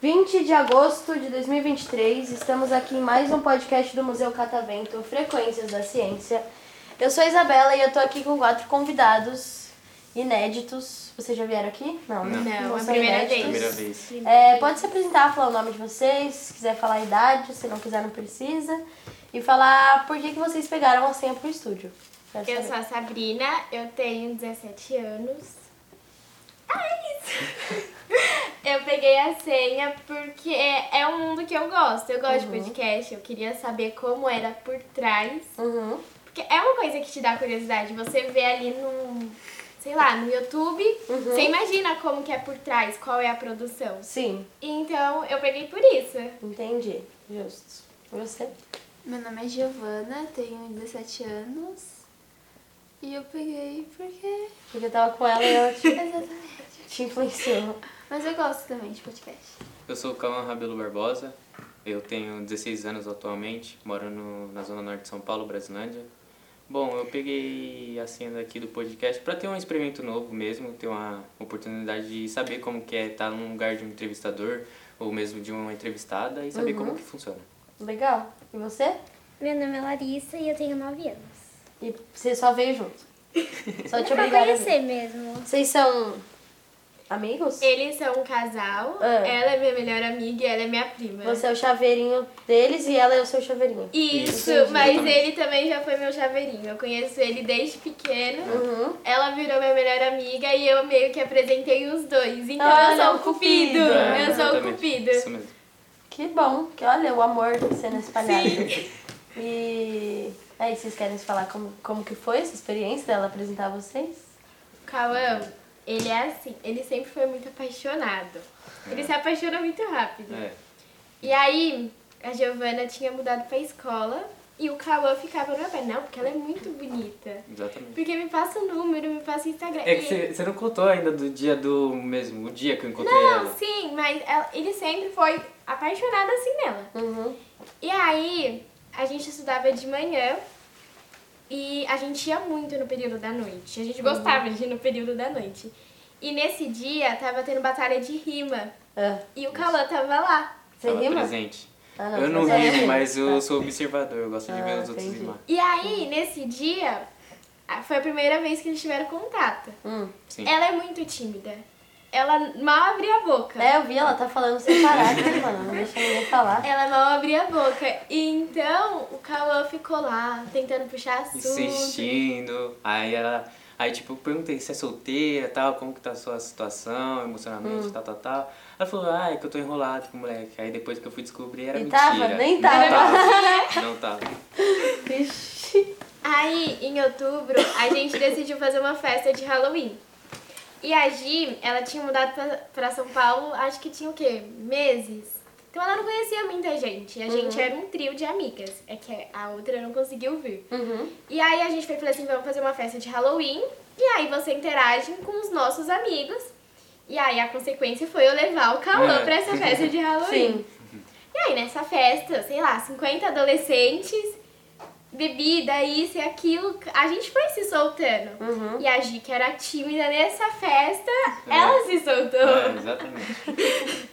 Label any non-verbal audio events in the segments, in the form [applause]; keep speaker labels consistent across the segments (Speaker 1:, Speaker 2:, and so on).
Speaker 1: 20 de agosto de 2023, estamos aqui em mais um podcast do Museu Catavento, Frequências da Ciência. Eu sou a Isabela e eu tô aqui com quatro convidados inéditos. Vocês já vieram aqui? Não, né?
Speaker 2: Não, é a
Speaker 1: são
Speaker 2: primeira
Speaker 1: inéditos.
Speaker 2: vez.
Speaker 3: Primeira vez.
Speaker 1: É, pode se apresentar, falar o nome de vocês, se quiser falar a idade, se não quiser não precisa. E falar por que, que vocês pegaram a senha pro estúdio. Quero
Speaker 2: Eu
Speaker 1: saber.
Speaker 2: sou a Sabrina, eu tenho 17 anos. Ah, é isso! [laughs] Eu peguei a senha porque é um mundo que eu gosto. Eu gosto de podcast, eu queria saber como era por trás.
Speaker 1: Uhum.
Speaker 2: Porque é uma coisa que te dá curiosidade. Você vê ali no. sei lá, no YouTube,
Speaker 1: Uhum.
Speaker 2: você imagina como que é por trás, qual é a produção.
Speaker 1: Sim,
Speaker 2: Então eu peguei por isso.
Speaker 1: entendi. Justo. Você?
Speaker 4: Meu nome é Giovana, tenho 17 anos e eu peguei porque.
Speaker 1: Porque eu tava com ela e ela te,
Speaker 4: Exatamente.
Speaker 1: te influenciou.
Speaker 4: Mas eu gosto também de podcast.
Speaker 3: Eu sou o Cauã Rabelo Barbosa, eu tenho 16 anos atualmente, moro no- na zona norte de São Paulo, Brasilândia. Bom, eu peguei a senha daqui do podcast para ter um experimento novo mesmo, ter uma oportunidade de saber como que é estar num lugar de um entrevistador ou mesmo de uma entrevistada e saber
Speaker 2: Uhum.
Speaker 3: como que funciona.
Speaker 1: Legal. E você?
Speaker 5: Meu nome é Larissa e eu tenho 9 anos.
Speaker 1: E você só veio junto. Só te
Speaker 5: pra
Speaker 1: obrigaram a vir.
Speaker 5: conhecer mesmo.
Speaker 1: Vocês são amigos?
Speaker 2: Eles são um casal,
Speaker 1: Ah.
Speaker 2: ela é minha melhor amiga e ela é minha prima.
Speaker 1: Você é o chaveirinho deles e ela é o seu chaveirinho.
Speaker 2: Isso,
Speaker 1: Entendi.
Speaker 2: mas
Speaker 3: Exatamente.
Speaker 2: ele também já foi meu chaveirinho. Eu conheço ele desde pequeno.
Speaker 1: Uhum.
Speaker 2: Ela virou minha melhor amiga e eu meio que apresentei os dois. Então
Speaker 1: Olha,
Speaker 2: eu sou
Speaker 1: o
Speaker 2: o
Speaker 1: cupido.
Speaker 2: cupido.
Speaker 3: É,
Speaker 2: eu sou o
Speaker 3: exatamente,
Speaker 2: cupido.
Speaker 3: Isso mesmo.
Speaker 1: Que bom. Que olha o amor sendo espalhado. E aí, vocês querem falar como, como que foi essa experiência dela apresentar vocês?
Speaker 2: Cauã, ele é assim, ele sempre foi muito apaixonado. Ele se apaixona muito rápido.
Speaker 3: É.
Speaker 2: E aí, a Giovana tinha mudado pra escola e o Cauã ficava no meu pé. Não, porque ela é muito bonita.
Speaker 3: Exatamente.
Speaker 2: Porque me passa o número, me passa o Instagram.
Speaker 3: É que
Speaker 2: E-
Speaker 3: você- você não contou ainda do dia do mesmo, o dia que eu encontrei
Speaker 2: Não,
Speaker 3: ela.
Speaker 2: sim, mas ela- ele sempre foi apaixonado assim nela.
Speaker 1: Uhum.
Speaker 2: E aí, a gente estudava de manhã e a gente ia muito no período da noite. A gente gostava de ir no período da noite. E nesse dia tava tendo batalha de rima.
Speaker 1: Ah,
Speaker 2: E o Calã tava lá.
Speaker 1: você
Speaker 3: Ela
Speaker 1: rima?
Speaker 3: presente.
Speaker 1: Ah,
Speaker 3: eu não
Speaker 1: você
Speaker 3: rimo,
Speaker 1: rima.
Speaker 3: mas
Speaker 1: Tá.
Speaker 3: eu sou observador, eu gosto de ver
Speaker 1: Ah,
Speaker 3: os outros
Speaker 1: entendi.
Speaker 3: rimar.
Speaker 2: E aí, nesse dia, a- foi a primeira vez que eles tiveram contato.
Speaker 1: Hum.
Speaker 3: Sim.
Speaker 2: Ela é muito tímida. Ela mal abria a boca.
Speaker 1: É, eu vi, ela tá falando sem parar, né, mano? Não deixa ninguém falar.
Speaker 2: Ela mal abria a boca. E então o Cauã ficou lá, tentando puxar assunto.
Speaker 3: insistindo. Aí ela. Aí tipo, eu perguntei se é solteira tal, como que tá a sua situação,
Speaker 1: Hum.
Speaker 3: emocionalmente, tal, tal, tal. Ela falou, ah, é que eu tô enrolado com o moleque. Aí depois que eu fui descobrir era
Speaker 1: E
Speaker 3: mentira.
Speaker 1: tava? Nem
Speaker 3: Não
Speaker 1: tava. [laughs]
Speaker 3: Não tava.
Speaker 1: Vixe.
Speaker 2: Aí, em outubro, a gente decidiu fazer uma festa de Halloween. E a Gi, ela tinha mudado pra, pra São Paulo, acho que tinha o quê? Meses. Então ela não conhecia muita gente. A gente era um trio de amigas. É que a outra não conseguiu vir.
Speaker 1: Uhum.
Speaker 2: E aí a gente foi falou assim, vamos fazer uma festa de Halloween. E aí você interage com os nossos amigos. E aí a consequência foi eu levar o Cauã
Speaker 3: É.
Speaker 2: pra essa festa de Halloween.
Speaker 1: Sim.
Speaker 2: E aí nessa festa, sei lá, 50 adolescentes, bebida, isso e aquilo, a gente foi se soltando.
Speaker 1: Uhum.
Speaker 2: E a Gi, que era tímida nessa festa,
Speaker 3: É.
Speaker 2: ela se soltou.
Speaker 3: É, exatamente.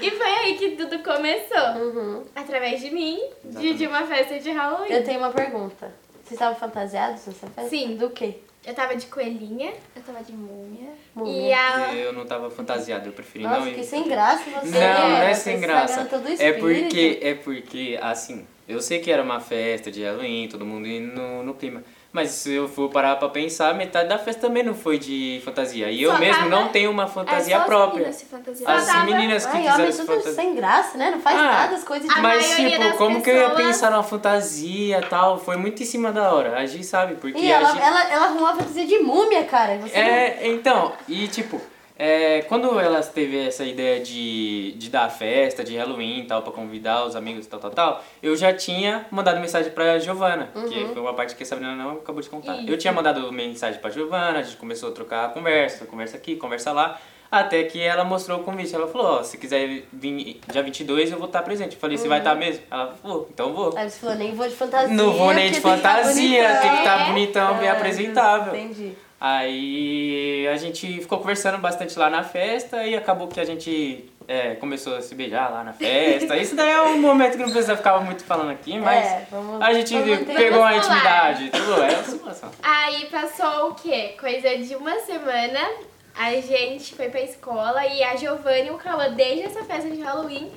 Speaker 2: E foi aí que tudo começou.
Speaker 1: Uhum.
Speaker 2: Através de mim, de,
Speaker 3: Exatamente.
Speaker 2: de uma festa de Halloween.
Speaker 1: Eu tenho uma pergunta. Vocês estavam fantasiados nessa festa?
Speaker 2: Sim.
Speaker 1: Do quê?
Speaker 2: Eu tava de coelhinha
Speaker 4: Eu tava de múmia.
Speaker 2: e a...
Speaker 3: Eu não tava fantasiado, eu preferi é- não
Speaker 1: Nossa,
Speaker 3: ir.
Speaker 1: que sem graça você.
Speaker 3: Não, não
Speaker 1: né?
Speaker 3: é
Speaker 1: Você
Speaker 3: sem
Speaker 1: estragando
Speaker 3: graça.
Speaker 1: todo o
Speaker 3: É
Speaker 1: espírito.
Speaker 3: porque, é porque, assim, eu sei que era uma festa de Halloween, todo mundo indo no, no clima. Mas se eu for parar pra pensar, metade da festa também não foi de fantasia. E eu
Speaker 2: Só
Speaker 3: mesmo
Speaker 2: tava-
Speaker 3: não tenho uma fantasia
Speaker 4: é só
Speaker 3: própria.
Speaker 4: As meninas se fantasiavam.
Speaker 3: As
Speaker 2: tava-
Speaker 3: meninas que
Speaker 1: Ai,
Speaker 3: quiseram
Speaker 1: homem,
Speaker 3: se
Speaker 1: tudo
Speaker 3: fantasiar.
Speaker 1: sem graça, né? Não faz
Speaker 3: Ah,
Speaker 1: nada, as coisas de
Speaker 2: a
Speaker 3: Mas,
Speaker 2: maioria
Speaker 3: tipo,
Speaker 2: das
Speaker 3: como que eu ia
Speaker 2: pessoas-
Speaker 3: pensar numa fantasia e tal? Foi muito em cima da hora. A Gi sabe, porque
Speaker 1: E
Speaker 3: a
Speaker 1: ela,
Speaker 3: Gi...
Speaker 1: ela, ela arrumou a fantasia de múmia, cara. Você
Speaker 3: É, então, e tipo, é, quando elas teve essa ideia de, de dar festa, de Halloween e tal, pra convidar os amigos e tal, tal, tal, eu já tinha mandado mensagem pra Giovana, que
Speaker 1: Uhum.
Speaker 3: foi uma parte que a Sabrina não acabou de contar. Eu tinha mandado mensagem pra Giovana, a gente começou a trocar conversa, conversa aqui, conversa lá. Até que ela mostrou o convite. Ela falou, ó, se quiser vir dia 22, eu vou estar presente. Eu falei, você vai estar mesmo? Ela falou, então vou.
Speaker 1: Aí você falou, nem vou de Uhum. fantasia.
Speaker 3: Não vou nem de
Speaker 1: porque tem que tá
Speaker 3: fantasia, tem que estar
Speaker 2: É?
Speaker 3: bonitão, bem
Speaker 1: Ah,
Speaker 3: apresentável.
Speaker 1: Entendi.
Speaker 3: Aí a gente ficou conversando bastante lá na festa e acabou que a gente é, começou a se beijar lá na festa. Isso daí é um momento que não precisa ficar muito falando aqui, mas
Speaker 1: É, vamos-
Speaker 3: a gente
Speaker 1: vamos manter-
Speaker 3: pegou a
Speaker 2: vamos falar.
Speaker 3: intimidade. Tudo é uma situação.
Speaker 2: Aí passou o quê? Coisa de uma semana, a gente foi pra escola e a Giovanna e o Cauã, desde essa festa de Halloween,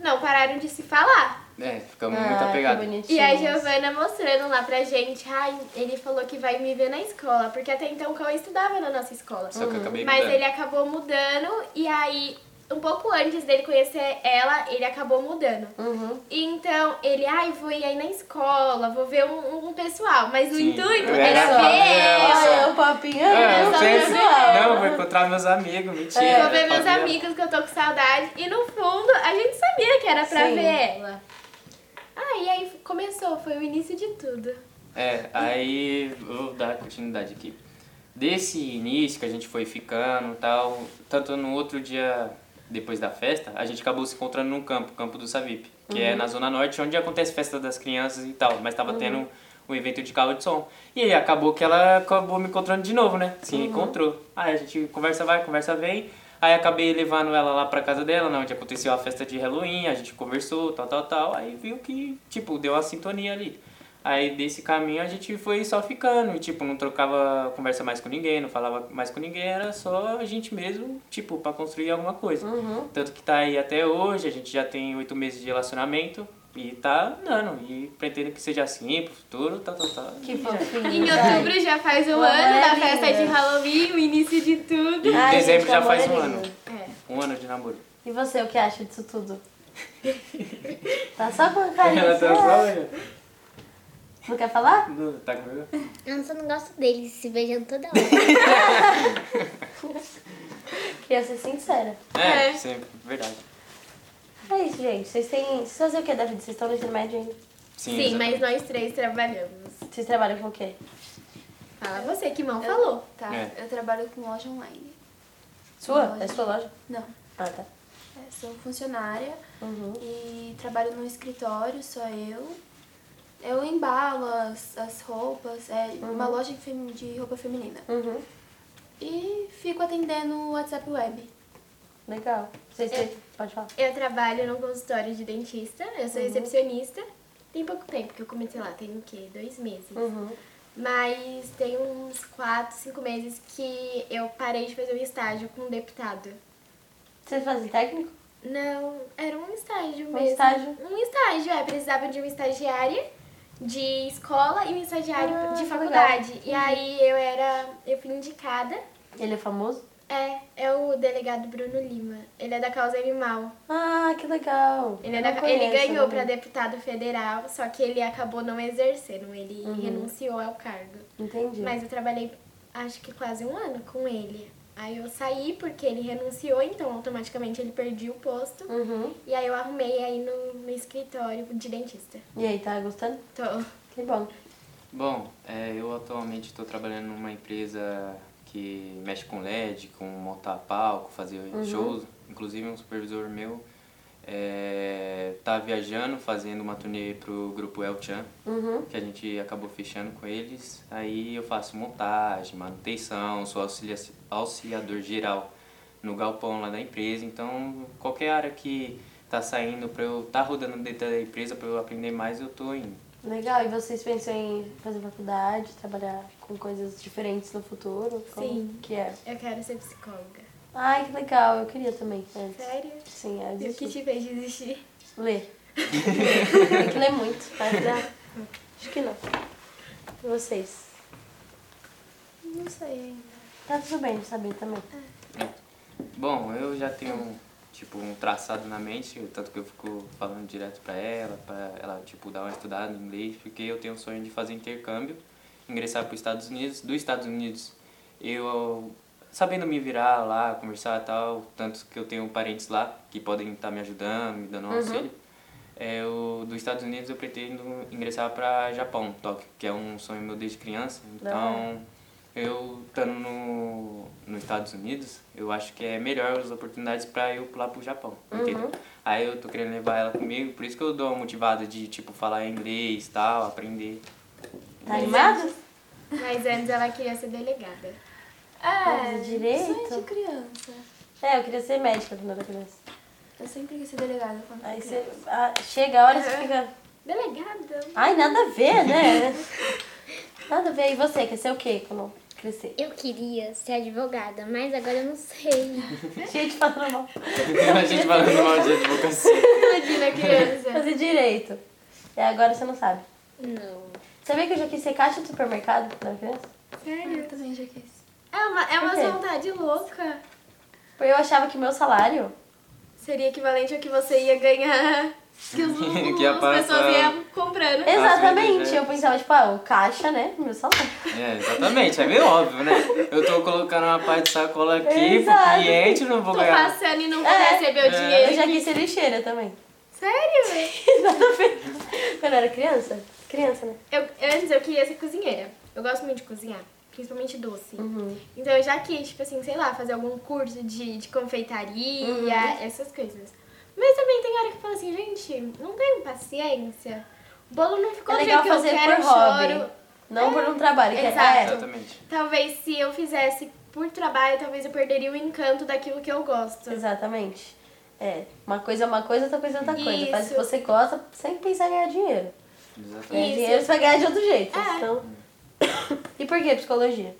Speaker 2: não pararam de se falar.
Speaker 3: É, ficamos
Speaker 1: Ah,
Speaker 3: muito
Speaker 1: que
Speaker 3: apegados.
Speaker 1: bonitinho.
Speaker 2: E a Giovanna mostrando lá pra gente, ai, ele falou que vai me ver na escola, porque até então o Cauã estudava na nossa escola.
Speaker 3: Só que eu acabei
Speaker 2: Mas
Speaker 3: mudando.
Speaker 2: ele acabou mudando e aí, um pouco antes dele conhecer ela, ele acabou mudando.
Speaker 1: Uhum.
Speaker 2: E Então, ele, ai, vou ir aí na escola, vou ver um, um pessoal. Mas o
Speaker 3: Sim,
Speaker 2: intuito
Speaker 3: eu
Speaker 2: era
Speaker 3: era
Speaker 2: ver
Speaker 3: ela.
Speaker 2: ela.
Speaker 1: Olha, o papinho
Speaker 3: É,
Speaker 1: é,
Speaker 3: eu
Speaker 1: meu,
Speaker 3: pensei-
Speaker 1: pessoal.
Speaker 3: não, vou encontrar meus amigos, mentira.
Speaker 1: É,
Speaker 2: Vou ver meus
Speaker 3: família.
Speaker 2: amigos que eu tô com saudade. E no fundo, a gente sabia que era pra
Speaker 1: Sim.
Speaker 2: ver ela. Ah, e aí começou, foi o início de tudo.
Speaker 3: É, aí eu vou dar continuidade aqui. Desse início que a gente foi ficando e tal, tanto no outro dia depois da festa, a gente acabou se encontrando num campo, campo do Savip, que é na Zona Norte, onde acontece festa das crianças e tal, mas tava tendo um evento de carro de som. E aí acabou que ela acabou me encontrando de novo, né? Se encontrou. Aí a gente conversa vai, conversa vem. Aí acabei levando ela lá pra casa dela, né, onde aconteceu a festa de Halloween, a gente conversou, tal, tal, tal. Aí viu que, tipo, deu uma sintonia ali. Aí desse caminho a gente foi só ficando, tipo, não trocava conversa mais com ninguém, não falava mais com ninguém, era só a gente mesmo, tipo, pra construir alguma coisa.
Speaker 1: Uhum.
Speaker 3: Tanto que tá aí até hoje, a gente já tem oito meses de relacionamento e tá andando. E pretendo que seja assim pro futuro, tá, tá, tá.
Speaker 1: Que fofinho.
Speaker 2: Em
Speaker 1: vai.
Speaker 2: outubro já faz um
Speaker 1: Uma
Speaker 2: ano da
Speaker 1: maravilha.
Speaker 2: festa de Halloween, o início de tudo.
Speaker 3: E
Speaker 1: Ai,
Speaker 3: dezembro
Speaker 1: gente,
Speaker 3: já
Speaker 1: amor
Speaker 3: faz
Speaker 1: é
Speaker 3: um
Speaker 1: lindo.
Speaker 3: ano.
Speaker 2: É.
Speaker 3: Um ano de namoro.
Speaker 1: E você, o que acha disso tudo? tá só com a carinha.
Speaker 3: Ela [laughs] tá
Speaker 1: assim,
Speaker 3: só
Speaker 1: ah, Não quer falar?
Speaker 3: olhando. Tá com vergonha?
Speaker 5: Eu só não gosto deles se beijando toda hora.
Speaker 1: Queria ser sincera.
Speaker 3: É,
Speaker 2: É.
Speaker 3: sempre, verdade.
Speaker 1: É isso, gente. Vocês têm. Vocês fazem o que da vida? Vocês estão no ensino médio ainda?
Speaker 3: Sim,
Speaker 2: Sim, mas
Speaker 3: exatamente.
Speaker 2: nós três trabalhamos.
Speaker 1: Vocês trabalham com o quê?
Speaker 2: Fala você que mão falou.
Speaker 4: Tá,
Speaker 3: É.
Speaker 4: eu trabalho com loja online.
Speaker 1: Sua?
Speaker 4: Loja.
Speaker 1: É sua loja?
Speaker 4: Não,
Speaker 1: Ah, tá.
Speaker 4: é, sou funcionária
Speaker 1: Uhum.
Speaker 4: e trabalho num escritório, só eu. Eu embalo as, as roupas, é
Speaker 3: Uhum.
Speaker 4: uma loja de femi- de roupa feminina.
Speaker 1: Uhum.
Speaker 4: E fico atendendo o WhatsApp Web.
Speaker 1: Legal. Vocês têm. Pode falar.
Speaker 2: Eu trabalho no consultório de dentista, eu sou recepcionista. Tem pouco tempo que eu comecei lá, tem o quê? Dois meses.
Speaker 1: Uhum.
Speaker 2: Mas tem uns 4, 5 meses que eu parei de fazer um estágio com um deputado.
Speaker 1: Vocês fazem técnico?
Speaker 2: Não, era um estágio
Speaker 1: Um
Speaker 2: mesmo.
Speaker 1: estágio?
Speaker 2: Um estágio, é. Precisava de uma estagiária de escola e um estagiário
Speaker 1: Ah,
Speaker 2: de
Speaker 1: que
Speaker 2: faculdade. E aí eu era. Eu fui indicada.
Speaker 1: Ele é famoso?
Speaker 2: É, é o delegado Bruno Lima. Ele é da causa animal.
Speaker 1: Ah, que legal.
Speaker 2: Ele, é
Speaker 1: Não
Speaker 2: da-
Speaker 1: conheço, né?
Speaker 2: ele ganhou
Speaker 1: não.
Speaker 2: pra deputado federal, só que ele acabou não exercendo. Ele renunciou ao cargo.
Speaker 1: Uhum. Entendi.
Speaker 2: Mas eu trabalhei acho que quase um ano com ele. Aí eu saí porque ele renunciou, então automaticamente ele perdia o posto.
Speaker 1: Uhum.
Speaker 2: E aí eu arrumei aí no, no escritório de dentista.
Speaker 1: E aí, tá gostando?
Speaker 2: Tô.
Speaker 1: Que bom.
Speaker 3: Bom, é, eu atualmente estou trabalhando numa empresa que mexe com LED, com montar palco, fazer shows. Inclusive um supervisor meu é, tá viajando, fazendo uma turnê pro grupo El Chan,
Speaker 1: Uhum.
Speaker 3: que a gente acabou fechando com eles. Aí eu faço montagem, manutenção, sou auxilia- auxiliador geral no galpão lá da empresa. Então qualquer área que tá saindo para eu estar rodando dentro da empresa para eu aprender mais, eu tô indo.
Speaker 1: Legal. E vocês pensam em fazer faculdade, trabalhar com coisas diferentes no futuro? Como
Speaker 2: Sim.
Speaker 1: Que é?
Speaker 2: Eu quero ser psicóloga.
Speaker 1: Ai, que legal. Eu queria também. antes.
Speaker 2: Sério?
Speaker 1: Sim, é eu
Speaker 2: E o que
Speaker 1: desisti.
Speaker 2: te fez desistir? [laughs]
Speaker 1: Ler. Tem que ler muito. Mas, né? Acho que não. E vocês?
Speaker 4: Não sei.
Speaker 1: Tá tudo bem de saber também. Tá
Speaker 3: Bom, eu já tenho tipo um traçado na mente, o tanto que eu fico falando direto pra ela, pra ela tipo dar uma estudada em inglês, porque eu tenho o sonho de fazer intercâmbio, ingressar para os Estados Unidos, dos Estados Unidos eu sabendo me virar lá, conversar e tal, tanto que eu tenho parentes lá que podem estar me ajudando, me
Speaker 1: Uhum.
Speaker 3: dando um auxílio. É, eu, dos Estados Unidos eu pretendo ingressar para Japão, Tóquio, que é um sonho meu desde criança.
Speaker 1: Da hora.
Speaker 3: Então, eu estando no, nos Estados Unidos, eu acho que é melhor as oportunidades para eu pular pro Japão, entendeu?
Speaker 1: Uhum.
Speaker 3: Aí eu tô querendo levar ela comigo, por isso que eu dou uma motivada de, tipo, falar inglês e tal, aprender.
Speaker 1: Tá animado?
Speaker 2: é, Mas antes ela queria ser delegada.
Speaker 1: Faz
Speaker 4: É, sonho de
Speaker 1: Tá direito.
Speaker 4: criança.
Speaker 1: É, eu queria ser médica quando era criança.
Speaker 4: Eu sempre quis ser delegada quando
Speaker 1: Aí
Speaker 4: criança.
Speaker 1: você ah, chega a hora e você
Speaker 2: Uhum.
Speaker 1: fica.
Speaker 2: Delegada?
Speaker 1: Ai, nada a ver, né? [laughs] nada a ver. E você, quer ser o quê quando crescer?
Speaker 5: Eu queria ser advogada, mas agora eu não sei.
Speaker 1: Gente falando mal.
Speaker 3: [laughs] a gente falando mal de advocacia.
Speaker 2: Imagina, criança.
Speaker 1: Fazer direito. É, agora você não sabe.
Speaker 5: Não.
Speaker 1: Sabia que eu já quis ser caixa de supermercado quando era criança?
Speaker 4: Eu também já quis.
Speaker 2: É uma, é
Speaker 1: Por quê?
Speaker 2: uma vontade louca.
Speaker 1: Porque eu achava que meu salário
Speaker 2: Seria equivalente ao que você ia ganhar. Que, os,
Speaker 3: [laughs] Que ia
Speaker 2: as
Speaker 3: passar.
Speaker 2: pessoas iam comprando.
Speaker 3: É.
Speaker 1: Exatamente,
Speaker 3: vendas, né?
Speaker 1: eu pensava, tipo, ah, o caixa, né? Meu salário.
Speaker 3: É, exatamente, é meio óbvio, né? Eu tô colocando uma parte de sacola aqui
Speaker 1: Exato.
Speaker 3: pro cliente, não vou
Speaker 2: Tô
Speaker 3: ganhar.
Speaker 2: passando e não vou
Speaker 1: É.
Speaker 2: receber o
Speaker 1: Eu
Speaker 2: dinheiro.
Speaker 1: já quis ser lixeira também. [laughs]
Speaker 2: Sério?
Speaker 1: Nada a ver. Quando eu era criança? Criança, né?
Speaker 2: Eu, eu- antes eu queria ser cozinheira. Eu gosto muito de cozinhar, principalmente doce.
Speaker 1: Uhum.
Speaker 2: Então eu já quis, tipo assim, sei lá, fazer algum curso de, de confeitaria,
Speaker 1: Uhum.
Speaker 2: essas coisas. Mas também tem hora que eu falo assim, gente, não tenho paciência. O bolo não ficou
Speaker 1: É
Speaker 2: do
Speaker 1: legal
Speaker 2: jeito que eu
Speaker 1: fazer
Speaker 2: quero,
Speaker 1: por
Speaker 2: eu
Speaker 1: hobby.
Speaker 2: choro.
Speaker 1: Não por um trabalho. Que
Speaker 2: Exato.
Speaker 1: é,
Speaker 3: Exatamente.
Speaker 2: Talvez se eu fizesse por trabalho, talvez eu perderia o encanto daquilo que eu gosto.
Speaker 1: é, exatamente. É, uma coisa é uma coisa, outra coisa é outra coisa. Faz o que
Speaker 2: Isso.
Speaker 1: você gosta sem pensar em ganhar dinheiro.
Speaker 3: Exatamente.
Speaker 1: Ganhar
Speaker 2: Isso.
Speaker 1: dinheiro você vai ganhar de outro jeito.
Speaker 2: É.
Speaker 1: Então... [coughs] e por que psicologia?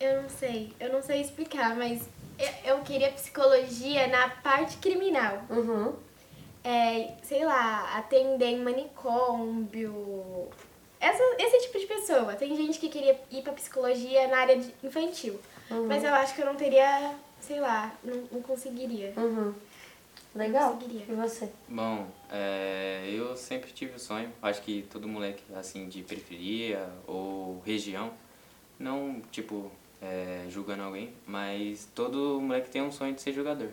Speaker 2: Eu não sei, eu não sei explicar, mas eu, eu queria psicologia na parte criminal.
Speaker 1: Uhum.
Speaker 2: É, sei lá, atender em manicômio. Essa- esse tipo de pessoa. Tem gente que queria ir pra psicologia na área de- infantil.
Speaker 1: Uhum.
Speaker 2: Mas eu acho que eu não teria, sei lá, não, não conseguiria.
Speaker 1: Uhum. Legal.
Speaker 2: Conseguiria.
Speaker 1: E você?
Speaker 3: Bom, é, eu sempre tive o sonho, acho que todo moleque assim de periferia ou região, não tipo é, julgando alguém, mas todo moleque tem um sonho de ser jogador.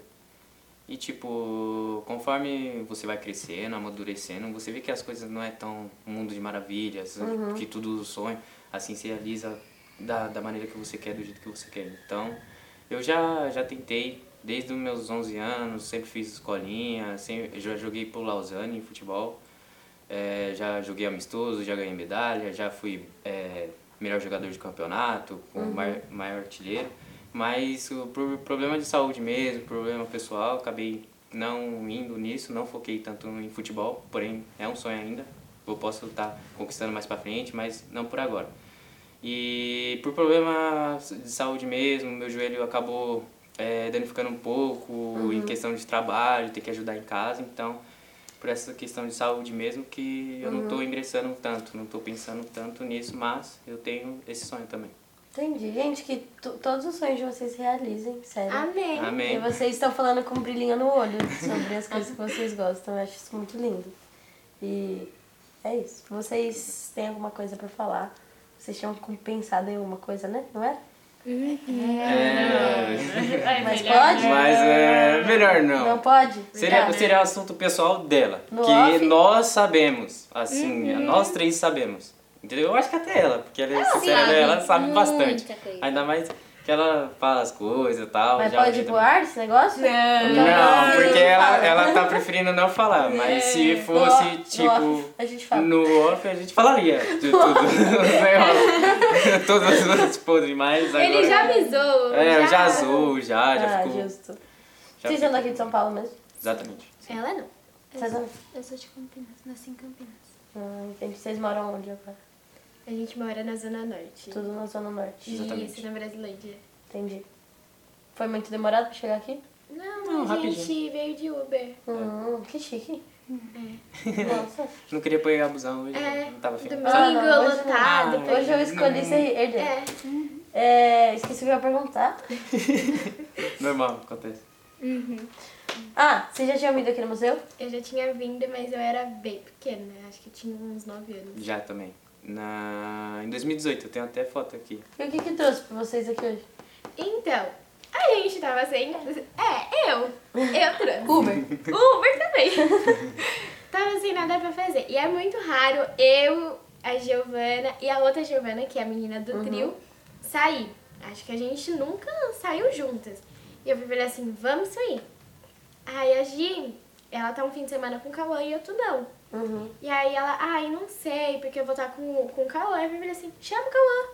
Speaker 3: E tipo, conforme você vai crescendo, amadurecendo, você vê que as coisas não é tão um mundo de maravilhas, que tudo o sonho assim se realiza da, da maneira que você quer, do jeito que você quer. Então, eu já, já tentei desde os meus 11 anos, sempre fiz escolinha, sempre, já joguei pro Lausanne em futebol, é, já joguei amistoso, já ganhei medalha, já fui é, melhor jogador de campeonato, com maior, maior artilheiro, mas o, por problema de saúde mesmo, problema pessoal, acabei não indo nisso, não foquei tanto em futebol, porém é um sonho ainda, eu posso estar conquistando mais pra frente, mas não por agora. E por problema de saúde mesmo, meu joelho acabou eh, danificando um pouco
Speaker 1: Uhum.
Speaker 3: em questão de trabalho, ter que ajudar em casa, então por essa questão de saúde mesmo que eu não tô
Speaker 1: Uhum.
Speaker 3: ingressando tanto, não tô pensando tanto nisso, mas eu tenho esse sonho também.
Speaker 1: Entendi. Gente, que to- todos os sonhos de vocês se realizem, sério.
Speaker 2: Amém.
Speaker 1: E
Speaker 3: Amém.
Speaker 1: vocês estão falando com um brilhinho no olho sobre as coisas que vocês gostam. Eu acho isso muito lindo. E é isso. Vocês têm alguma coisa pra falar? Vocês tinham pensado em alguma coisa, né? Não é?
Speaker 3: É,
Speaker 1: Mas pode?
Speaker 3: mas é melhor não.
Speaker 1: Não pode?
Speaker 3: Seria,
Speaker 1: Tá.
Speaker 3: seria assunto pessoal dela,
Speaker 1: No
Speaker 3: que
Speaker 1: off? Uhum.
Speaker 3: nós sabemos, assim, nós três sabemos. Entendeu? Eu acho que até ela, porque ela
Speaker 1: Ah,
Speaker 3: é sincera, né? ela sabe
Speaker 5: muita
Speaker 3: bastante.
Speaker 5: coisa.
Speaker 3: Ainda mais que ela fala as coisas e tal.
Speaker 1: Mas
Speaker 3: já
Speaker 1: pode
Speaker 3: ajuda
Speaker 1: ir pro ar esse negócio?
Speaker 3: muito.
Speaker 1: Então
Speaker 3: Não,
Speaker 1: vocês
Speaker 3: porque
Speaker 1: falam.
Speaker 3: ela, ela tá preferindo não falar, mas se
Speaker 1: É, No off-
Speaker 3: fosse,
Speaker 1: no
Speaker 3: tipo,
Speaker 1: off a gente fala.
Speaker 3: no off, a gente falaria de tudo. [laughs] Né, Não é [laughs] off. Todos os podres, mas Ah, agora...
Speaker 2: Ele já avisou.
Speaker 3: É, eu já azul, já, já
Speaker 1: ah,
Speaker 3: ficou...
Speaker 1: justo.
Speaker 3: já
Speaker 1: Vocês são
Speaker 3: ficou-
Speaker 1: daqui de São Paulo mesmo?
Speaker 3: Exatamente.
Speaker 2: Ela não.
Speaker 3: É.
Speaker 1: Vocês, não...
Speaker 4: Eu sou de Campinas, nasci em Campinas.
Speaker 1: ah, entendi. vocês moram onde agora?
Speaker 2: A gente mora na Zona Norte.
Speaker 1: Tudo na Zona Norte.
Speaker 3: Exatamente.
Speaker 2: Isso, na Brasilândia.
Speaker 1: Entendi. Foi muito demorado pra chegar aqui?
Speaker 2: Não,
Speaker 3: Não,
Speaker 2: a gente
Speaker 3: rapidinho.
Speaker 2: veio de Uber.
Speaker 1: Hum,
Speaker 3: É.
Speaker 1: que chique.
Speaker 3: [laughs]
Speaker 1: Nossa.
Speaker 3: Não queria pegar abusão hoje,
Speaker 2: É,
Speaker 3: não tava afim.
Speaker 2: domingo
Speaker 1: Ah, não, hoje não.
Speaker 2: lotado.
Speaker 3: Ah,
Speaker 1: Hoje eu escolhi ser herdeiro.
Speaker 2: É.
Speaker 1: É, esqueci o que eu ia perguntar.
Speaker 3: Normal, acontece.
Speaker 1: Ah, você já tinha vindo aqui no museu?
Speaker 2: Eu já tinha vindo, mas eu era bem pequena. né? Acho que tinha uns 9 anos.
Speaker 3: Já também. Na... Em 2018, eu tenho até foto aqui. [laughs]
Speaker 1: E o que que trouxe pra vocês aqui hoje?
Speaker 2: Então, a gente tava sem. É, eu. Eu trouxe.
Speaker 1: Uber.
Speaker 2: Uber também. [laughs] tava sem nada pra fazer. E é muito raro eu, a Giovana e a outra Giovana, que é a menina do trio, sair. Acho que a gente nunca saiu juntas. E eu falei assim, vamos sair. Aí a Gi, ela tá um fim de semana com o Cauã e eu tu não.
Speaker 1: Uhum.
Speaker 2: E aí ela, ai, não sei, porque eu vou estar com, com o Cauã. Eu falei assim, chama o Cauã.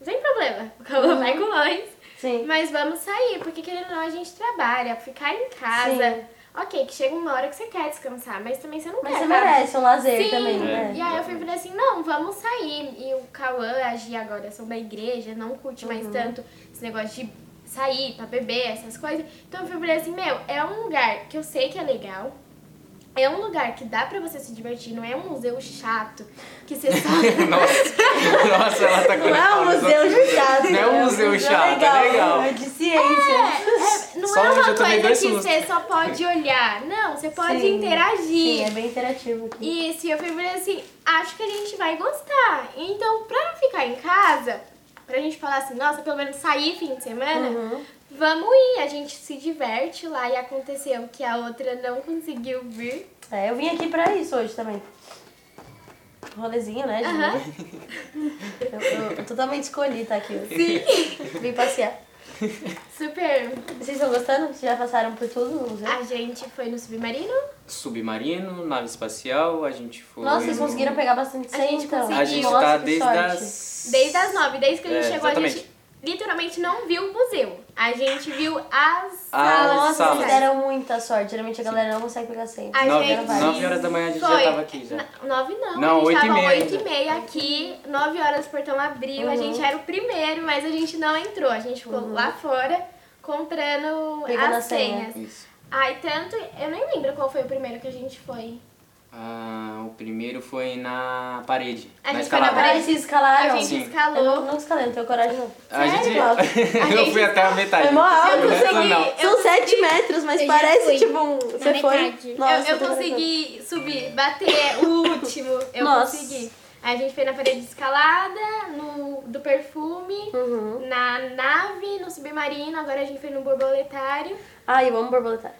Speaker 2: Não tem problema, o Cauã vai com nós.
Speaker 1: Sim.
Speaker 2: Mas vamos sair, porque querendo ou não, a gente trabalha, ficar em casa.
Speaker 1: Sim.
Speaker 2: Ok, que chega uma hora que você quer descansar, mas também você não
Speaker 1: Mas
Speaker 2: quer.
Speaker 1: você
Speaker 2: tá?
Speaker 1: merece um lazer
Speaker 2: Sim.
Speaker 1: também,
Speaker 3: É.
Speaker 1: né?
Speaker 2: E aí eu fui e falei assim, não, vamos sair. E o Cauã, a Gi agora são da igreja, não curte
Speaker 1: Uhum.
Speaker 2: mais tanto esse negócio de sair pra beber, essas coisas. Então eu fui e falei assim, meu, é um lugar que eu sei que é legal. É um lugar que dá pra você se divertir, não é um museu chato que
Speaker 3: [laughs]
Speaker 2: você só.
Speaker 3: Nossa, nossa, ela tá
Speaker 1: Não é um museu de chato.
Speaker 3: Não é um
Speaker 1: né?
Speaker 3: museu chato, é legal.
Speaker 1: É de ciência.
Speaker 2: É, não
Speaker 3: Só
Speaker 2: é
Speaker 3: hoje
Speaker 2: uma
Speaker 3: eu tomei
Speaker 2: coisa
Speaker 3: dois
Speaker 2: que
Speaker 3: sustos.
Speaker 2: você só pode olhar. Não, você pode
Speaker 1: Sim.
Speaker 2: interagir.
Speaker 1: Sim, é bem interativo aqui.
Speaker 2: Isso, e eu falei assim, acho que a gente vai gostar. Então, pra não ficar em casa, pra gente falar assim, nossa, pelo menos sair fim de semana,
Speaker 1: Uhum.
Speaker 2: vamos ir, a gente se diverte lá. E aconteceu que a outra não conseguiu vir.
Speaker 1: É, eu vim aqui pra isso hoje também. Rolezinho, né? de
Speaker 2: Aham.
Speaker 1: novo. eu, eu totalmente escolhi estar aqui hoje. Sim. Vim passear.
Speaker 2: Super.
Speaker 1: Vocês estão gostando? Vocês já passaram por tudo no museu?
Speaker 2: A gente foi no submarino,
Speaker 3: Submarino, nave espacial, a gente foi.
Speaker 1: Nossa, vocês conseguiram pegar bastante
Speaker 2: A gente
Speaker 1: senha, então.
Speaker 2: conseguiu.
Speaker 3: A gente
Speaker 1: Nossa,
Speaker 3: tá
Speaker 1: que
Speaker 3: desde
Speaker 1: sorte.
Speaker 3: as.
Speaker 2: desde as nove, desde que a gente
Speaker 3: É,
Speaker 2: chegou, a gente
Speaker 3: exatamente.
Speaker 2: literalmente não viu o museu. A gente viu as
Speaker 3: Ah,
Speaker 2: salas.
Speaker 1: Nossa,
Speaker 3: salas.
Speaker 1: vocês deram muita sorte. Geralmente a galera não consegue pegar senha.
Speaker 2: A
Speaker 3: Nove-
Speaker 2: gente
Speaker 3: nove horas da manhã a gente já
Speaker 2: foi-
Speaker 3: tava aqui, já.
Speaker 2: Na- Nove não,
Speaker 3: Não,
Speaker 2: a
Speaker 3: oito
Speaker 2: gente
Speaker 3: e
Speaker 2: tava
Speaker 3: meia
Speaker 2: oito
Speaker 3: ainda.
Speaker 2: e meia aqui, nove horas o portão abriu, a
Speaker 1: Uhum.
Speaker 2: gente era o primeiro, mas a gente não entrou, a gente ficou lá fora comprando
Speaker 1: Pegando
Speaker 2: as
Speaker 1: a senha.
Speaker 2: senhas.
Speaker 3: Isso.
Speaker 2: Ai, tanto, eu nem lembro qual foi o primeiro que a gente foi.
Speaker 3: Ah, o primeiro foi na parede.
Speaker 2: A
Speaker 3: na
Speaker 2: gente foi na
Speaker 3: escalada.
Speaker 1: Agora eles se escalaram.
Speaker 2: a gente
Speaker 3: Sim.
Speaker 1: Eu não,
Speaker 2: escalou.
Speaker 1: não escalei, não tenho coragem não.
Speaker 3: A gente.
Speaker 1: Nossa.
Speaker 2: A
Speaker 3: [laughs] eu
Speaker 2: gente-
Speaker 3: fui até a metade.
Speaker 1: Foi mó alto,
Speaker 3: Essa
Speaker 2: consegui.
Speaker 3: não.
Speaker 2: Eu
Speaker 1: São
Speaker 2: consegui.
Speaker 1: 7 metros, mas
Speaker 5: Eu já
Speaker 1: parece
Speaker 5: fui.
Speaker 1: tipo um... Você foi?
Speaker 5: metade.
Speaker 2: Eu-
Speaker 1: Nossa,
Speaker 2: eu,
Speaker 1: tô
Speaker 2: consegui subir, bater
Speaker 1: [laughs]
Speaker 2: o último, eu
Speaker 1: Nossa.
Speaker 2: consegui. A gente foi na parede de escalada, no, do perfume,
Speaker 1: Uhum.
Speaker 2: na nave, no submarino, agora a gente foi no borboletário.
Speaker 1: Ai, eu amo borboletar.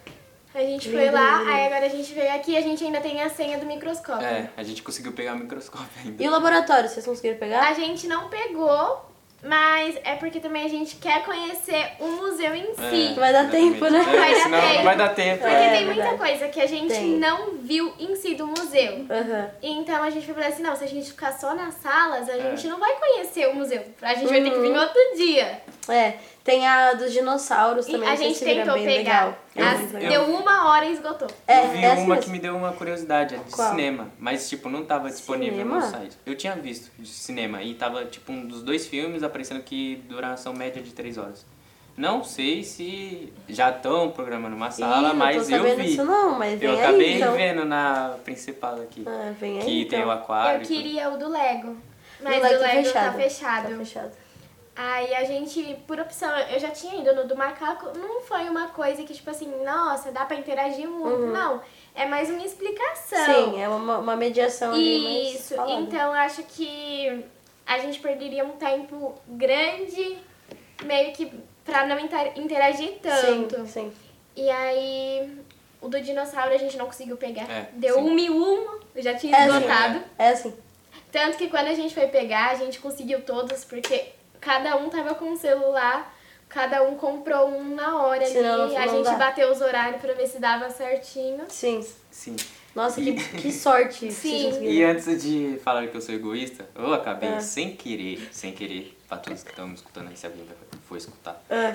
Speaker 2: A gente foi lá, aí agora a gente veio aqui e a gente ainda tem a senha do microscópio.
Speaker 3: É, a gente conseguiu pegar o microscópio ainda.
Speaker 1: E o laboratório, vocês conseguiram pegar?
Speaker 2: A gente não pegou, mas é porque também a gente quer conhecer o museu em si.
Speaker 1: vai dar
Speaker 3: É, exatamente.
Speaker 1: tempo, né?
Speaker 3: É,
Speaker 2: Vai dar
Speaker 3: senão
Speaker 2: tempo.
Speaker 3: Vai dar tempo.
Speaker 2: Porque
Speaker 1: É,
Speaker 2: tem
Speaker 1: verdade.
Speaker 2: muita coisa que a gente
Speaker 1: Tem.
Speaker 2: não viu em si do museu.
Speaker 1: Aham.
Speaker 2: Então a gente falou assim, não, se a gente ficar só nas salas, a
Speaker 3: É.
Speaker 2: gente não vai conhecer o museu. A gente vai ter que
Speaker 1: Uhum.
Speaker 2: vir outro dia.
Speaker 1: É, tem a dos dinossauros
Speaker 2: E
Speaker 1: também.
Speaker 2: a
Speaker 1: não sei
Speaker 2: gente
Speaker 1: se vira
Speaker 2: tentou
Speaker 1: bem
Speaker 2: pegar.
Speaker 1: Legal.
Speaker 2: As-
Speaker 3: Eu-
Speaker 2: deu uma hora e esgotou.
Speaker 1: É,
Speaker 3: eu vi
Speaker 1: é assim
Speaker 3: uma
Speaker 1: mesmo.
Speaker 3: que me deu uma curiosidade, é de
Speaker 1: Qual?
Speaker 3: cinema. Mas, tipo, não tava disponível no
Speaker 1: Cinema?
Speaker 3: site. Eu tinha visto de cinema e tava, tipo, um dos dois filmes aparecendo que duração média de três horas. Não sei se já estão programando uma sala,
Speaker 1: Ih, não
Speaker 3: mas
Speaker 1: tô
Speaker 3: eu
Speaker 1: sabendo
Speaker 3: vi.
Speaker 1: Isso, não, mas vem
Speaker 3: eu acabei
Speaker 1: aí, então.
Speaker 3: vendo na principal aqui.
Speaker 1: Ah, vem aí,
Speaker 3: que
Speaker 1: então.
Speaker 3: tem o
Speaker 2: Eu
Speaker 3: aquário. e tudo.
Speaker 2: queria o do Lego. Mas
Speaker 1: Mas
Speaker 2: o do Lego tá fechado.
Speaker 1: Tá fechado.
Speaker 2: Aí a gente, por opção, eu já tinha ido no do macaco, não foi uma coisa que, tipo assim, nossa, dá pra interagir muito, não. É mais uma explicação.
Speaker 1: Uhum. Sim, é uma, uma mediação ali, mas
Speaker 2: então. Isso,
Speaker 1: falando.
Speaker 2: então eu acho que a gente perderia um tempo grande, meio que pra não inter- interagir tanto.
Speaker 1: Sim, sim.
Speaker 2: E aí, o do dinossauro a gente não conseguiu pegar.
Speaker 3: É,
Speaker 2: Deu
Speaker 3: sim.
Speaker 2: uma e uma, eu já tinha
Speaker 1: É, sim.
Speaker 2: esgotado.
Speaker 1: É assim.
Speaker 2: Tanto que quando a gente foi pegar, a gente conseguiu todos, porque cada um tava com um celular, cada um comprou um na hora
Speaker 1: Senão
Speaker 2: ali.
Speaker 1: não-
Speaker 2: a
Speaker 1: não
Speaker 2: gente
Speaker 1: dá.
Speaker 2: bateu os horários pra ver se dava certinho.
Speaker 1: Sim.
Speaker 3: Sim.
Speaker 1: Nossa, que,
Speaker 3: [laughs]
Speaker 1: que sorte.
Speaker 2: Sim.
Speaker 1: vocês conseguiram.
Speaker 3: E é antes de falar que eu sou egoísta, eu acabei
Speaker 1: Ah.
Speaker 3: sem querer, sem querer, pra todos que estão me escutando aí, se alguém vai- for escutar,
Speaker 1: Ah,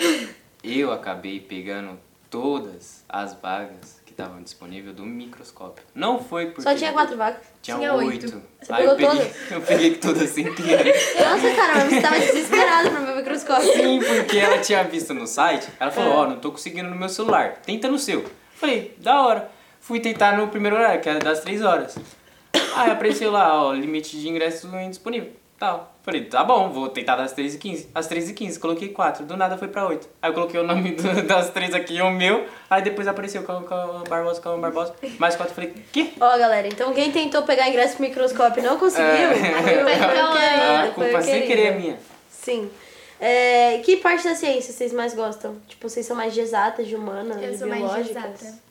Speaker 3: eu acabei pegando todas as vagas que estavam disponíveis do microscópio. Não foi porque...
Speaker 1: só tinha quatro vacas.
Speaker 3: Tinha,
Speaker 2: Tinha
Speaker 3: oito.
Speaker 2: oito.
Speaker 1: Você
Speaker 3: Aí eu
Speaker 1: pegou
Speaker 3: peguei, [laughs] eu peguei assim, todas sem querer.
Speaker 1: Nossa, cara, mas você [laughs] tava desesperado pra ver o microscópio.
Speaker 3: Sim, porque ela tinha visto no site, ela
Speaker 2: É.
Speaker 3: falou, ó, não tô conseguindo no meu celular, tenta no seu. Falei, da hora. Fui tentar no primeiro horário, que era das três horas. Aí apareceu lá, ó, limite de ingresso indisponível. Tal. Falei, tá bom, vou tentar das 3h15. Às 3h15, coloquei 4, do nada foi pra 8. Aí eu coloquei o nome do- [laughs] das três aqui e o meu. Aí depois apareceu Calma Calma Barbosa, Calma Barbosa. Mais 4, falei, quê?
Speaker 1: Ó, galera, então quem tentou pegar ingresso pro microscópio e não conseguiu,
Speaker 3: É.
Speaker 1: foi, o- foi o
Speaker 2: É,
Speaker 1: querido,
Speaker 3: Ah,
Speaker 1: foi o
Speaker 3: culpa sem
Speaker 1: querido.
Speaker 3: querer minha.
Speaker 1: Sim. É, que parte da ciência vocês mais gostam? Tipo, vocês são mais de exatas, de humanas,
Speaker 2: Eu
Speaker 1: de
Speaker 2: sou mais de
Speaker 1: biológicas?
Speaker 2: exata.
Speaker 1: exata.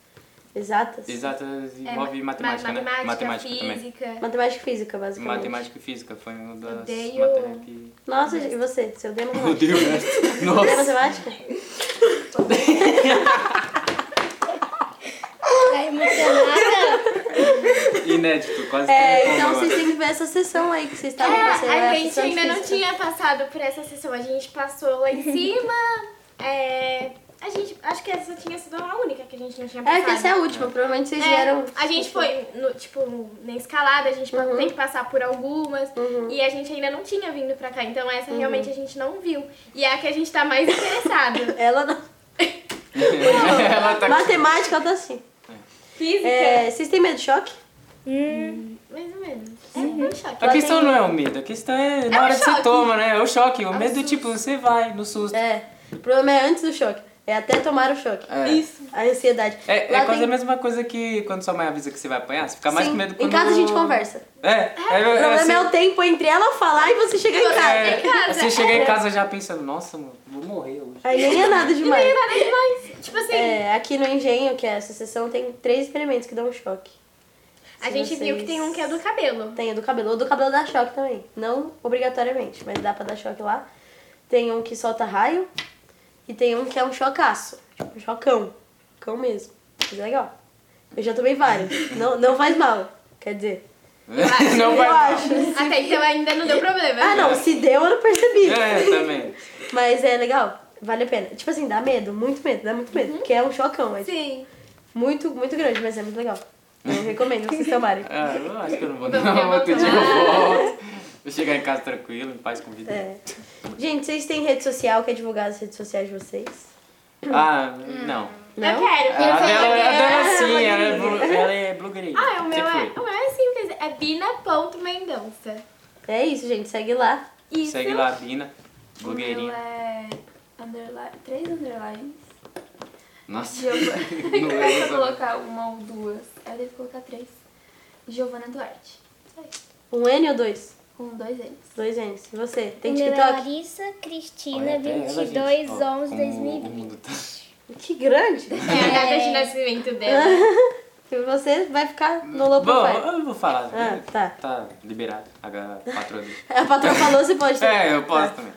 Speaker 1: Exatas?
Speaker 3: Exatas
Speaker 2: É,
Speaker 3: envolve
Speaker 2: ma-
Speaker 3: matemática, né?
Speaker 2: matemática,
Speaker 3: também.
Speaker 2: física.
Speaker 1: Matemática e física, basicamente.
Speaker 3: Matemática e física foi uma das
Speaker 2: Odeio-
Speaker 3: matérias que... [laughs]
Speaker 1: Nossa, e você? Você odeia
Speaker 3: Meu
Speaker 1: matemática?
Speaker 3: Deus, né?
Speaker 1: Odeia
Speaker 3: Nossa.
Speaker 1: é. matemática?
Speaker 5: Tá emocionada?
Speaker 3: Inédito, quase que
Speaker 1: É,
Speaker 3: não
Speaker 1: então
Speaker 3: como
Speaker 1: vocês
Speaker 3: agora.
Speaker 1: têm que ver essa sessão aí que vocês estavam passando.
Speaker 2: É,
Speaker 1: era
Speaker 2: a gente
Speaker 1: sessão de
Speaker 2: ainda não
Speaker 1: física.
Speaker 2: tinha passado por essa sessão. A gente passou
Speaker 1: [laughs]
Speaker 2: lá em cima. é, a gente, acho que essa tinha sido a única que a gente não tinha passado.
Speaker 1: É, que essa é a última, provavelmente vocês
Speaker 2: É,
Speaker 1: vieram.
Speaker 2: a gente foi, no, tipo, na escalada, a gente
Speaker 1: Uhum.
Speaker 2: tem que passar por algumas. E a gente ainda não tinha vindo pra cá, então essa
Speaker 1: Uhum.
Speaker 2: realmente a gente não viu. E é a que a gente tá mais
Speaker 1: [laughs]
Speaker 2: interessado.
Speaker 1: [laughs] Ela não.
Speaker 3: [laughs] Ela tá...
Speaker 1: Matemática, ela tá assim.
Speaker 2: Física,
Speaker 1: É, vocês têm medo de choque?
Speaker 2: mais ou menos. É um
Speaker 3: [laughs]
Speaker 2: choque.
Speaker 3: A questão não é o medo, a questão é na
Speaker 2: o
Speaker 3: hora que
Speaker 2: choque.
Speaker 3: você toma, né? É o choque. O medo, tipo, você vai no susto.
Speaker 1: É. O problema é antes do choque. É até tomar o choque.
Speaker 2: Ah.
Speaker 3: É.
Speaker 1: Isso. A ansiedade.
Speaker 3: É, é
Speaker 1: Lá
Speaker 3: quase
Speaker 1: tem-
Speaker 3: a mesma coisa que quando sua mãe avisa que você vai apanhar, você fica mais
Speaker 1: Sim,
Speaker 3: com medo
Speaker 1: Em
Speaker 3: quando...
Speaker 1: casa a gente conversa.
Speaker 3: É, é, é,
Speaker 1: O problema
Speaker 3: assim,
Speaker 1: é o tempo entre ela falar e você chegar em casa.
Speaker 3: é, Você chega em casa já pensando, nossa, mano, vou morrer hoje.
Speaker 1: Aí nem é nada
Speaker 2: [laughs]
Speaker 1: demais.
Speaker 2: Nada demais. Tipo assim,
Speaker 1: É, aqui no Engenho, que é essa sessão, tem três experimentos que dão um choque.
Speaker 2: a gente viu que tem um que é do cabelo.
Speaker 1: Tem o do cabelo. O do cabelo dá choque também. Não obrigatoriamente, mas dá pra dar choque lá. Tem um que solta raio. E tem um que é um chocaço. Tipo, um chocão. Cão mesmo. Mas é legal. Eu já tomei
Speaker 3: [laughs]
Speaker 1: vários. não, não faz mal. Quer dizer.
Speaker 3: Não
Speaker 1: eu
Speaker 3: vai.
Speaker 1: acho.
Speaker 2: Até então ainda não deu problema.
Speaker 1: Ah, não. Se deu, eu não percebi.
Speaker 3: É, também.
Speaker 1: Mas é legal. Vale a pena. Tipo assim, dá medo. Muito medo. Dá muito
Speaker 3: Uhum.
Speaker 1: medo. Porque é um chocão. É
Speaker 2: Sim.
Speaker 1: muito, muito grande, mas é muito legal. Eu recomendo vocês tomarem.
Speaker 3: Ah, eu acho que eu não vou
Speaker 2: Não
Speaker 3: não,
Speaker 2: quer
Speaker 3: outro dia eu volto. Vou chegar em casa tranquilo, em paz com vida.
Speaker 1: É. Gente, vocês têm rede social? Quer divulgar as redes sociais de vocês?
Speaker 3: Ah,
Speaker 2: Hum.
Speaker 3: não.
Speaker 2: Eu quero.
Speaker 3: Ah, A dela, é a dela sim, ela é,
Speaker 1: blogueirinha.
Speaker 3: blu- ela é blogueirinha.
Speaker 2: Ah, o meu
Speaker 3: Sempre
Speaker 2: é,
Speaker 3: foi.
Speaker 2: o meu é simples. É bina.mendonça.
Speaker 1: É isso, gente. Segue lá.
Speaker 2: Isso.
Speaker 3: Segue lá, Bina,
Speaker 4: O meu
Speaker 3: blogueirinha.
Speaker 4: é underline, três underlines.
Speaker 3: Nossa,
Speaker 4: Giovana.
Speaker 3: não
Speaker 4: Se eu
Speaker 3: é
Speaker 4: colocar uma ou duas, eu devo colocar três. Giovana Duarte. Só isso.
Speaker 1: Um N ou dois?
Speaker 4: Com dois N's.
Speaker 1: Dois N's. E você?
Speaker 5: O
Speaker 1: Tem
Speaker 5: meu é
Speaker 1: TikTok?
Speaker 5: Larissa
Speaker 3: Olha,
Speaker 5: Cristina,
Speaker 3: até ela, gente.
Speaker 5: 22,
Speaker 3: Ó,
Speaker 5: 11,
Speaker 3: como
Speaker 5: 2020.
Speaker 3: O mundo tá...
Speaker 1: Que grande!
Speaker 2: É a data de nascimento dela.
Speaker 1: E você vai ficar no low
Speaker 3: Bom,
Speaker 1: profile.
Speaker 3: eu vou falar.
Speaker 1: Ah, tá.
Speaker 3: Tá liberado, a patroa dele.
Speaker 1: A patroa falou, você pode
Speaker 3: É, eu
Speaker 1: Tá.
Speaker 3: posso também.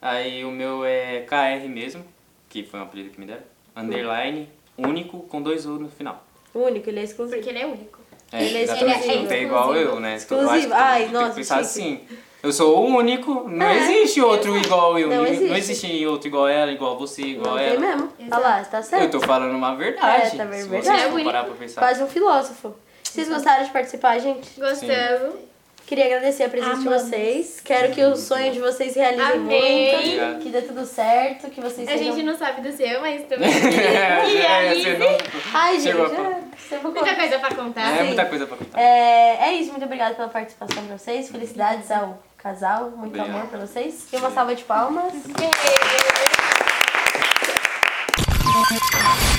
Speaker 3: Aí o meu é KR mesmo, que foi um apelido que me deram. Underline, único, com dois U no final.
Speaker 1: Único, ele [laughs] é exclusivo.
Speaker 2: Porque ele é único.
Speaker 3: É,
Speaker 1: Ele é
Speaker 3: exatamente,
Speaker 1: exclusivo.
Speaker 3: não tem igual eu, né? Então eu acho que
Speaker 1: Exclusivo. Ai,
Speaker 3: tem que
Speaker 1: nossa,
Speaker 3: pensar
Speaker 1: chique. É,
Speaker 3: assim. Eu sou o único, não existe outro igual eu.
Speaker 1: Não
Speaker 3: ninguém-
Speaker 1: existe.
Speaker 3: Não existe outro igual ela, igual você, igual
Speaker 1: Não
Speaker 3: ela.
Speaker 1: tem mesmo. Olha lá, tá
Speaker 3: Eu
Speaker 1: certo.
Speaker 3: tô tá. falando uma verdade.
Speaker 1: É, tá bem
Speaker 3: se
Speaker 1: verdade.
Speaker 2: É
Speaker 3: vocês for
Speaker 2: único.
Speaker 3: parar pra pensar. [laughs]
Speaker 1: Quase um filósofo. Vocês gostaram de participar, gente?
Speaker 2: Gostamos.
Speaker 1: Queria agradecer a presença de
Speaker 5: Amamos.
Speaker 1: vocês. Quero que o sonho de vocês realizem
Speaker 2: Amém.
Speaker 1: muito. Que dê tudo certo, que vocês
Speaker 2: A gente
Speaker 1: sejam...
Speaker 2: não sabe do seu, mas também.
Speaker 3: É,
Speaker 2: e
Speaker 3: é,
Speaker 2: aí,
Speaker 3: você não-
Speaker 1: [laughs] Ai, gente,
Speaker 3: Chegou a
Speaker 1: já- você vai
Speaker 2: muita coisa pra
Speaker 3: [laughs]
Speaker 2: contar.
Speaker 3: É muita coisa pra contar.
Speaker 1: É, é isso, muito obrigada pela participação de vocês. Felicidades ao casal, muito
Speaker 3: Obrigado.
Speaker 1: amor pra vocês. E uma salva de palmas.
Speaker 2: Yay!